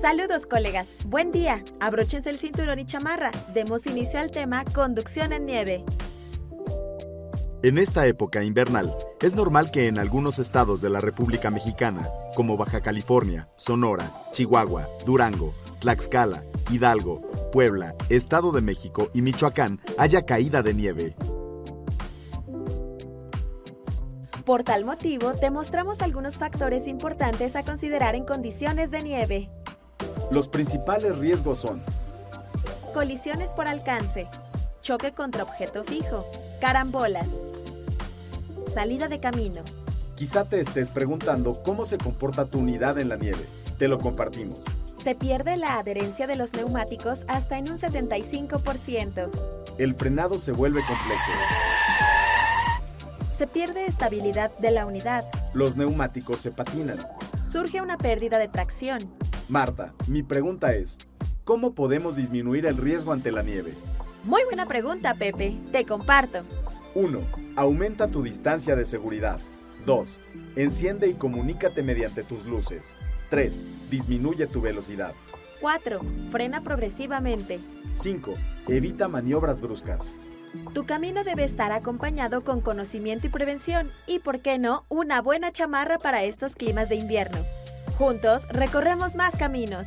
Saludos colegas, buen día. Abróchense el cinturón y chamarra. Demos inicio al tema conducción en nieve. En esta época invernal, es normal que en algunos estados de la República Mexicana, como Baja California, Sonora, Chihuahua, Durango, Tlaxcala, Hidalgo, Puebla, Estado de México y Michoacán, haya caída de nieve. Por tal motivo, te mostramos algunos factores importantes a considerar en condiciones de nieve. Los principales riesgos son Colisiones por alcance, choque contra objeto fijo, carambolas, salida de camino. Quizá te estés preguntando cómo se comporta tu unidad en la nieve. Te lo compartimos. Se pierde la adherencia de los neumáticos hasta en un 75%. El frenado se vuelve complejo. Se pierde estabilidad de la unidad. Los neumáticos se patinan. Surge una pérdida de tracción. Marta, mi pregunta es, ¿cómo podemos disminuir el riesgo ante la nieve? Muy buena pregunta, Pepe. Te comparto. 1. Aumenta tu distancia de seguridad. 2. Enciende y comunícate mediante tus luces. 3. Disminuye tu velocidad. 4. Frena progresivamente. 5. Evita maniobras bruscas. Tu camino debe estar acompañado con conocimiento y prevención y, por qué no, una buena chamarra para estos climas de invierno. Juntos recorremos más caminos.